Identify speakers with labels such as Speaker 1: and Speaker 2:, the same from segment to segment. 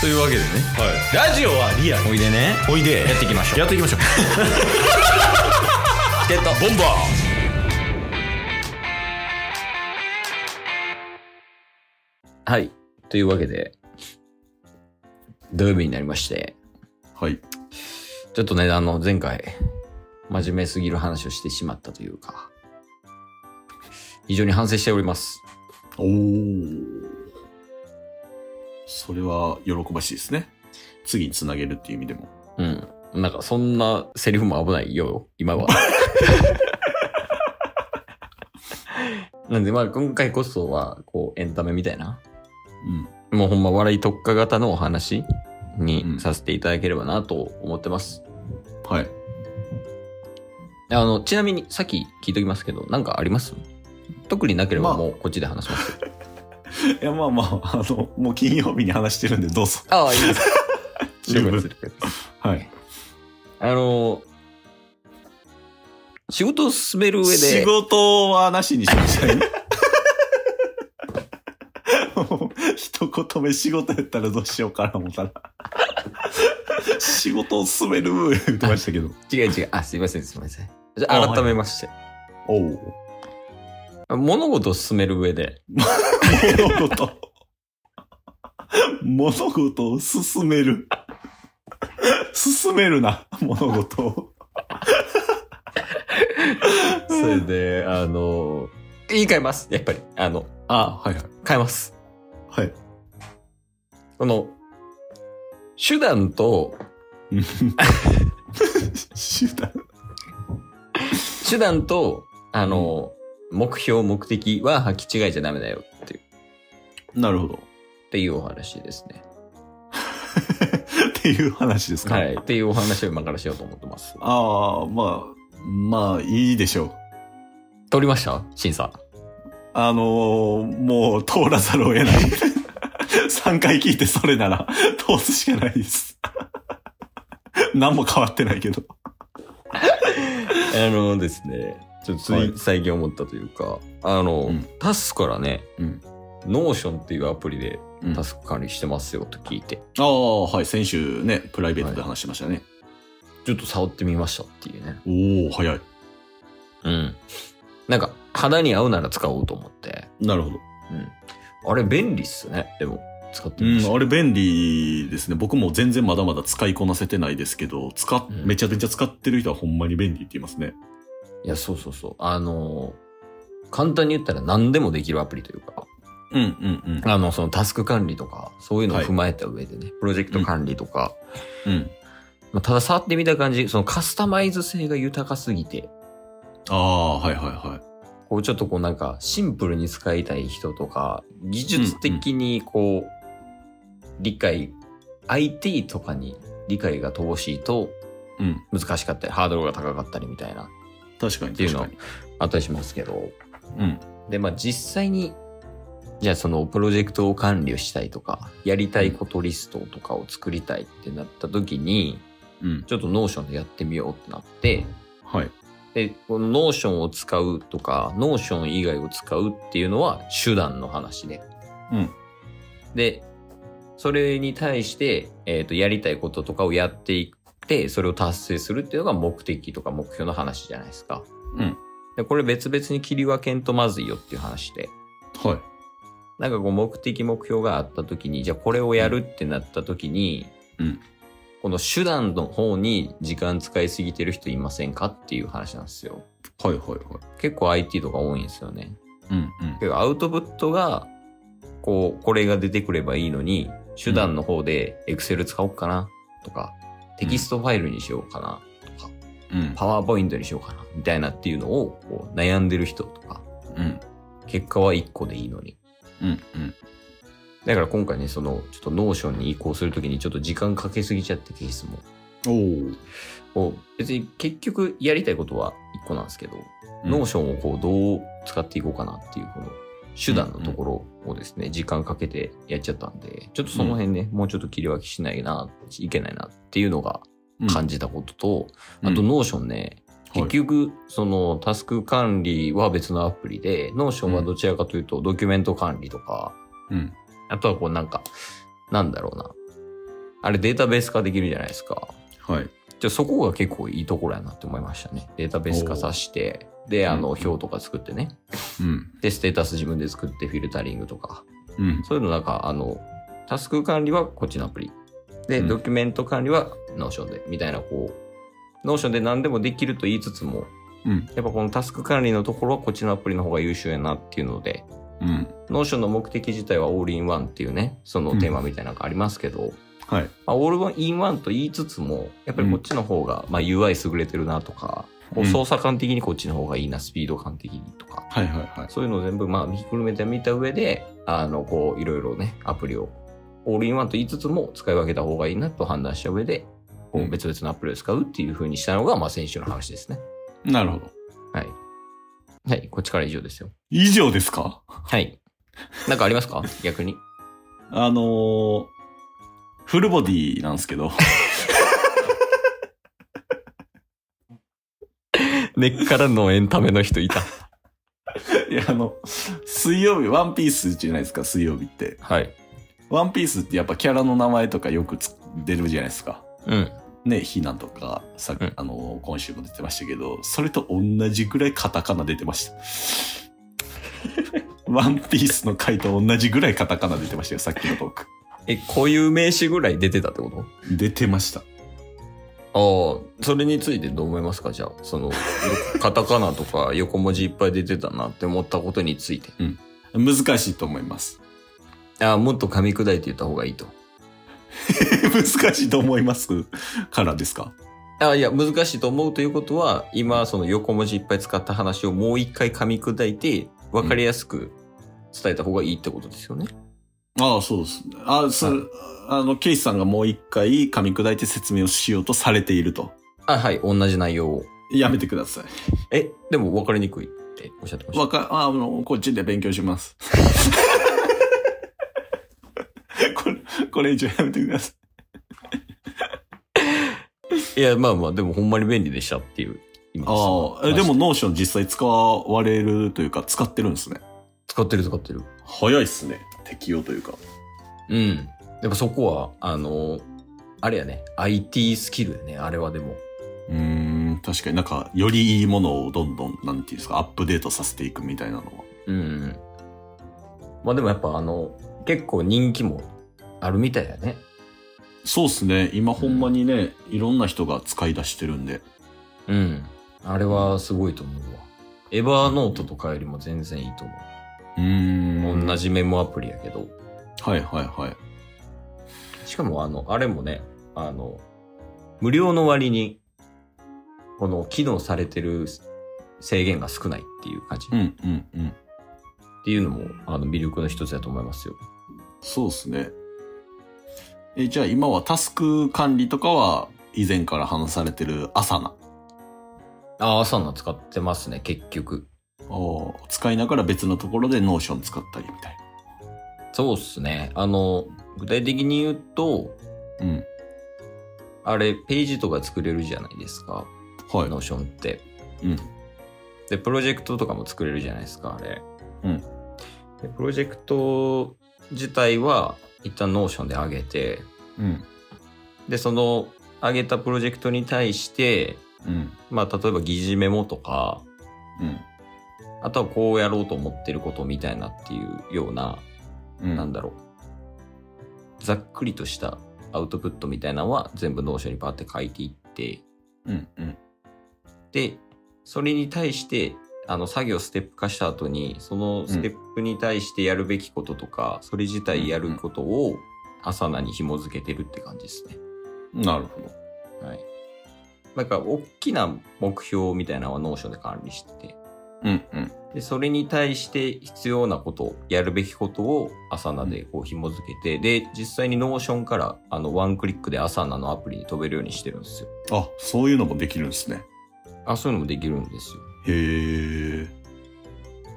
Speaker 1: というわけでね
Speaker 2: ラジオはリアル
Speaker 1: おいでね
Speaker 2: おいで
Speaker 1: やっていきましょう
Speaker 2: やっていきましょう
Speaker 1: チケットボンバーはいというわけで土曜日になりまして
Speaker 2: はい
Speaker 1: ちょっとねあの前回真面目すぎる話をしてしまったというか非常に反省しております
Speaker 2: おおそれは喜ばしいですね次につなげるっていう意味でも
Speaker 1: うんなんかそんなセリフも危ないよ今は なんでまあ今回こそはこうエンタメみたいな
Speaker 2: うん
Speaker 1: もうほんま笑い特化型のお話
Speaker 2: う
Speaker 1: に
Speaker 2: ん
Speaker 1: させていただければなと思ってます。
Speaker 2: はい
Speaker 1: あの、ちなみにさっき聞いときますけど、なんかあります特になけれ
Speaker 2: ま
Speaker 1: ば
Speaker 2: あ
Speaker 1: もうこっちで話します。
Speaker 2: いやまあまああのもう金曜日に話してるんでどうぞ
Speaker 1: ああ、いい です。
Speaker 2: 十分
Speaker 1: 了解です
Speaker 2: はい
Speaker 1: あの、仕事を進める上で、
Speaker 2: 仕事はなしにしました ね一言目仕事やったらどうしようかな思ったら仕事を進める言ってましたけど
Speaker 1: 違う違う、あ、すいません、すいません。じゃ
Speaker 2: あ
Speaker 1: あ
Speaker 2: はい
Speaker 1: 改めまして、
Speaker 2: おお
Speaker 1: 物事を進める上で、
Speaker 2: 物事。物事を進める。進めるな、物事を。
Speaker 1: それで、あの、言い換えます。やっぱり、あの、
Speaker 2: あ、はいはい。
Speaker 1: 変えます。
Speaker 2: はい。
Speaker 1: その、手段と
Speaker 2: 手段。
Speaker 1: 手段と、あの、目標、目的は履き違えちゃダメだよっていう、
Speaker 2: なるほど。
Speaker 1: っていうお話ですね。
Speaker 2: っていう話ですか。
Speaker 1: はい。っていうお話を今からしようと思ってます。
Speaker 2: ああ、まあ、まあ、いいでしょう。
Speaker 1: 通りました審査。
Speaker 2: あのーもう通らざるを得ない。3回聞いてそれなら通すしかないです。何も変わってないけど。
Speaker 1: あのですね、ちょっとつい、
Speaker 2: はい
Speaker 1: 最近思ったというか、あの、
Speaker 2: うん
Speaker 1: タスクからね、
Speaker 2: うん
Speaker 1: ノーションっていうアプリで
Speaker 2: うん
Speaker 1: タスク管理してますよと聞いて、
Speaker 2: ああ、はい、先週ね、プライベートで話してましたね。
Speaker 1: ちょっと触ってみましたっていうね。
Speaker 2: おお、早い。
Speaker 1: うん。なんか、肌に合うなら使おうと思って。
Speaker 2: なるほど。
Speaker 1: うん。あれ便利っすね。でも、使って
Speaker 2: う
Speaker 1: みま
Speaker 2: ん
Speaker 1: した。、
Speaker 2: あれ便利ですね。僕も全然まだまだ使いこなせてないですけど、使っ、
Speaker 1: うん
Speaker 2: めちゃめちゃ使ってる人はほんまに便利って言いますね。
Speaker 1: いや、そうそうそう。あのー、簡単に言ったら何でもできるアプリというか、
Speaker 2: うんうん
Speaker 1: あの、そのタスク管理とか、そういうのを踏まえた上でね、プロジェクト管理とか、
Speaker 2: うん。うん。
Speaker 1: まあただ触ってみた感じ、そのカスタマイズ性が豊かすぎて、
Speaker 2: ああ、はいはいはい。
Speaker 1: こうちょっとこうなんかシンプルに使いたい人とか、技術的にこう、理解、IT とかに理解が乏しいと
Speaker 2: うん。
Speaker 1: 難しかったり、ハードルが高かったりみたいな、
Speaker 2: 確かに
Speaker 1: っていう
Speaker 2: 確
Speaker 1: の
Speaker 2: かに。
Speaker 1: あったりしますけど、
Speaker 2: うん。
Speaker 1: で、まあ実際に、じゃあそのプロジェクトを管理をしたいとか、やりたいことリストとかを作りたいってなった時に、
Speaker 2: うん。
Speaker 1: ちょっとノーションでやってみようってなって、
Speaker 2: はい。
Speaker 1: で、このノーションを使うとか、ノーション以外を使うっていうのは手段の話で。
Speaker 2: うん
Speaker 1: で、それに対して、えっ、と、やりたいこととかをやっていって、それを達成するっていうのが目的とか目標の話じゃないですか。
Speaker 2: うん。
Speaker 1: で、これ別々に切り分けんとまずいよっていう話で。
Speaker 2: はい。
Speaker 1: なんかこう目的目標があった時に、じゃあこれをやるってなった時に、
Speaker 2: うん
Speaker 1: この手段の方に時間使いすぎてる人いませんかっていう話なんですよ。
Speaker 2: はいはいはい。
Speaker 1: 結構 IT とか多いんですよね。
Speaker 2: うんうん。
Speaker 1: けどアウトプットが、こう、これが出てくればいいのに、手段の方で Excel 使おうかなとか、テキストファイルにしようかなとか、
Speaker 2: うん。
Speaker 1: パワーポイントにしようかなみたいなっていうのをこう悩んでる人とか、
Speaker 2: うん。
Speaker 1: 結果は1個でいいのに。
Speaker 2: うんうん。
Speaker 1: だから今回ね、その、ちょっとノーションに移行するときにちょっと時間かけすぎちゃってケースも。
Speaker 2: おー
Speaker 1: こう別に結局やりたいことは1個なんですけど、
Speaker 2: うん
Speaker 1: ノーションをこうどう使っていこうかなっていうこの手段のところをですね、時間かけてやっちゃったんで、ちょっとその辺ね、もうちょっと切り分けしないな、いけないなっていうのが
Speaker 2: うん
Speaker 1: 感じたことと、
Speaker 2: うん
Speaker 1: あとノーションね、
Speaker 2: はい
Speaker 1: 結局そのタスク管理は別のアプリで、ノーションはどちらかというとドキュメント管理とか、
Speaker 2: うん。
Speaker 1: あとはこうなんか、なんだろうな。あれデータベース化できるじゃないですか。
Speaker 2: はい。
Speaker 1: じゃあそこが結構いいところやなって思いましたね。データベース化さして、で、あの、表とか作ってね。
Speaker 2: うん。
Speaker 1: で、ステータス自分で作ってフィルタリングとか。
Speaker 2: うん。
Speaker 1: そういうのなんか、あの、タスク管理はこっちのアプリ。で、
Speaker 2: うん
Speaker 1: ドキュメント管理はノーションで、みたいな、こう、ノーションで何でもできると言いつつも、
Speaker 2: うん。
Speaker 1: やっぱこのタスク管理のところはこっちのアプリの方が優秀やなっていうので、
Speaker 2: うん。
Speaker 1: ノーションの目的自体はオールインワンっていうね、そのテーマみたいなのがありますけど、
Speaker 2: はい。
Speaker 1: まあ、オールインワンと言いつつも、やっぱりこっちの方が、まあ UI 優れてるなとか、こう
Speaker 2: うん
Speaker 1: 操作感的にこっちの方がいいな、スピード感的にとか、
Speaker 2: はいはいはい。
Speaker 1: そういうのを全部まあ見くるめてみた上で、あの、こう、いろいろね、アプリを、オールインワンと言いつつも使い分けた方がいいなと判断した上で、こ
Speaker 2: う
Speaker 1: うん別々のアプリを使うっていう風にしたのが、まあ先週の話ですね。
Speaker 2: なるほど。
Speaker 1: はい。はい、こっちから以上ですよ。
Speaker 2: 以上ですか
Speaker 1: はい。なんかありますか逆に。
Speaker 2: あのー、フルボディなんですけ ど、
Speaker 1: 根っからのエンタメの人いた。
Speaker 2: いや、あの、水曜日、ワンピースじゃないですか、水曜日って。
Speaker 1: はい。
Speaker 2: ワンピースってやっぱキャラの名前とかよくつ出るじゃないですか。
Speaker 1: うん。
Speaker 2: ね、ヒナとか、さ
Speaker 1: うん
Speaker 2: あのー、今週も出てましたけど、それと同じぐらいカタカナ出てました。 ワンピースの回と同じぐらいカタカナ出てましたよ、さっきのトーク。
Speaker 1: え、こういう名詞ぐらい出てたってこと
Speaker 2: 出てました。
Speaker 1: ああ、それについてどう思いますかじゃあ、その、カタカナとか横文字いっぱい出てたなって思ったことについて。
Speaker 2: 難しいと思い ます。
Speaker 1: ああ、もっと噛み砕いて言った方がいいと。
Speaker 2: 難しいと思いますからですか
Speaker 1: ああ、いや、難しいと思うということは、今、その横文字いっぱい使った話をもう一回噛み砕いて、わかりやすく伝えた方がいいってことですよね。
Speaker 2: ああ、そうです。あそれ、あの、ケイスさんがもう一回噛み砕いて説明をしようとされていると。
Speaker 1: あはい、同じ内容を。
Speaker 2: やめてくださ い。
Speaker 1: え、でも分かりにくいっておっしゃってました。
Speaker 2: わか、ああの、こっちで勉強します。 これ、これ以上やめてくださ
Speaker 1: いや、まあまあ、でもほんまに便利でしたっていう意味
Speaker 2: い。
Speaker 1: です。
Speaker 2: ああ、えでもノーション実際使われるというか、使ってるんですね。
Speaker 1: 使ってる使ってる。
Speaker 2: 早いっすね。適用というか。
Speaker 1: うん。やっぱそこは、あの、あれやね、IT スキルやね、あれはでも。
Speaker 2: うーん、確かになんか、よりいいものをどんどん、なんていうんですか、アップデートさせていくみたいなのは。
Speaker 1: うん。まあでもやっぱあの、結構人気もあるみたいだね。
Speaker 2: そうっすね。今ほんまにね、いろんな人が使い出してるんで。
Speaker 1: うん。あれはすごいと思うわ。エバーノートとかよりも全然いいと思
Speaker 2: うー
Speaker 1: う。
Speaker 2: ん。
Speaker 1: 同じメモアプリやけど。
Speaker 2: はいはいはい。
Speaker 1: しかもあの、あれもね、あの、無料の割に、この機能されてる制限が少ないっていう感じ。
Speaker 2: う
Speaker 1: っ
Speaker 2: んうんうん。
Speaker 1: ていうのも、あの、魅力の一つだと思いますよ。
Speaker 2: そうですね。え、じゃあ今はタスク管理とかは以前から話されてるアサナ
Speaker 1: ああ、サウナ使ってますね、結局。
Speaker 2: を使いながら別のところでノーション使ったりみたい
Speaker 1: そうっすね。あの、具体的に言うと、
Speaker 2: な。うん。
Speaker 1: あれ、ページとか作れるじゃないですか。
Speaker 2: はい。
Speaker 1: ノーションって。
Speaker 2: うん。
Speaker 1: で、プロジェクトとかも作れるじゃないですか、あれ。
Speaker 2: うん
Speaker 1: で、プロジェクト自体は、一旦ノーションで上げて、
Speaker 2: うん。
Speaker 1: で、その、上げたプロジェクトに対して、
Speaker 2: うん。
Speaker 1: まあ、例えば疑似メモとか、
Speaker 2: うん。
Speaker 1: あとはこうやろうと思ってることみたいなっていうような
Speaker 2: う
Speaker 1: なんだろう。ざっくりとしたアウトプットみたいなのは全部ノーションにパーって書いていって、
Speaker 2: うん。うん。
Speaker 1: で、それに対して、あの作業ステップ化した後に、そのステップに対してやるべきこととか、それ自体やることを、アサナに紐付けてるって感じですね。
Speaker 2: なるほど。
Speaker 1: はい。なんか、大きな目標みたいなのはノーションで管理してて、
Speaker 2: うん。うん。
Speaker 1: で、それに対して必要なこと、やるべきことをアサナでこう紐付けて、で、実際にノーションからあのワンクリックでアサナのアプリに飛べるようにしてるんですよ。
Speaker 2: あ、そういうのもできるんですね。
Speaker 1: あ、そういうのもできるんですよ。
Speaker 2: へえ。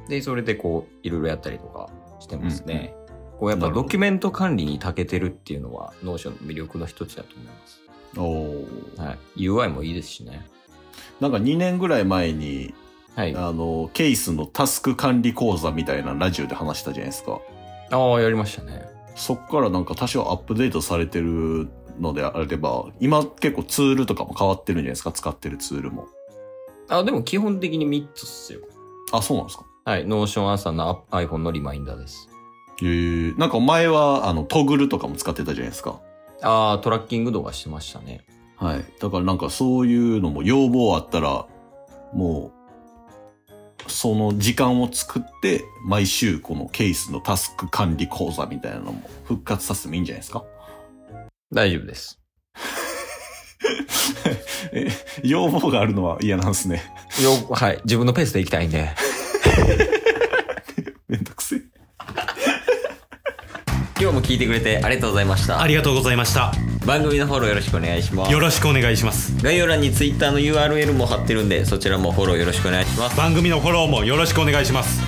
Speaker 1: で、それでこう、いろいろやったりとかしてますね。こう、やっ
Speaker 2: な
Speaker 1: ぱ
Speaker 2: るほど
Speaker 1: ドキュメント管理に長けてるっていうのは、ノーションの魅力の一つだと思います。
Speaker 2: おー
Speaker 1: はい。UI もいいですしね。
Speaker 2: なんか2年ぐらい前に、
Speaker 1: はい。あ
Speaker 2: あの、ケイスのタスク管理講座みたいなラジオで話したじゃないですか。
Speaker 1: あー、やりましたね。
Speaker 2: そっからなんか多少アップデートされてるのであれば、今結構ツールとかも変わってるんじゃないですか使ってるツールも。
Speaker 1: あ、でも基本的に3つっすよ。
Speaker 2: あ、そうなんですか
Speaker 1: はい。ノーション朝のア iPhone のリマインダーです。
Speaker 2: えー、なんか前は、あの、トグルとかも使ってたじゃないですか。
Speaker 1: ああ、トラッキング動画してましたね。
Speaker 2: はい。だからなんかそういうのも要望あったら、もう、その時間を作って、毎週このケースのタスク管理講座みたいなのも復活させてもいいんじゃないですか
Speaker 1: 大丈夫です。
Speaker 2: え、要望があるのは嫌なんですね。
Speaker 1: よ、はい。自分のペースで行きたいんで。
Speaker 2: めんどくせえ。
Speaker 1: 今日も聞いてくれてありがとうございました
Speaker 3: あ。りがとうございました
Speaker 1: 番組のフォローよろしくお願いします
Speaker 3: よ。ろしくお願いします
Speaker 1: 概要欄に Twitter の URL も貼ってるんで、そちらもフォローよろしくお願いします。
Speaker 3: 番組のフォローもよろしくお願いします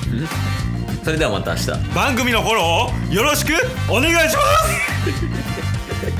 Speaker 1: それではまた明日。
Speaker 3: 番組のフォローをよろしくお願いします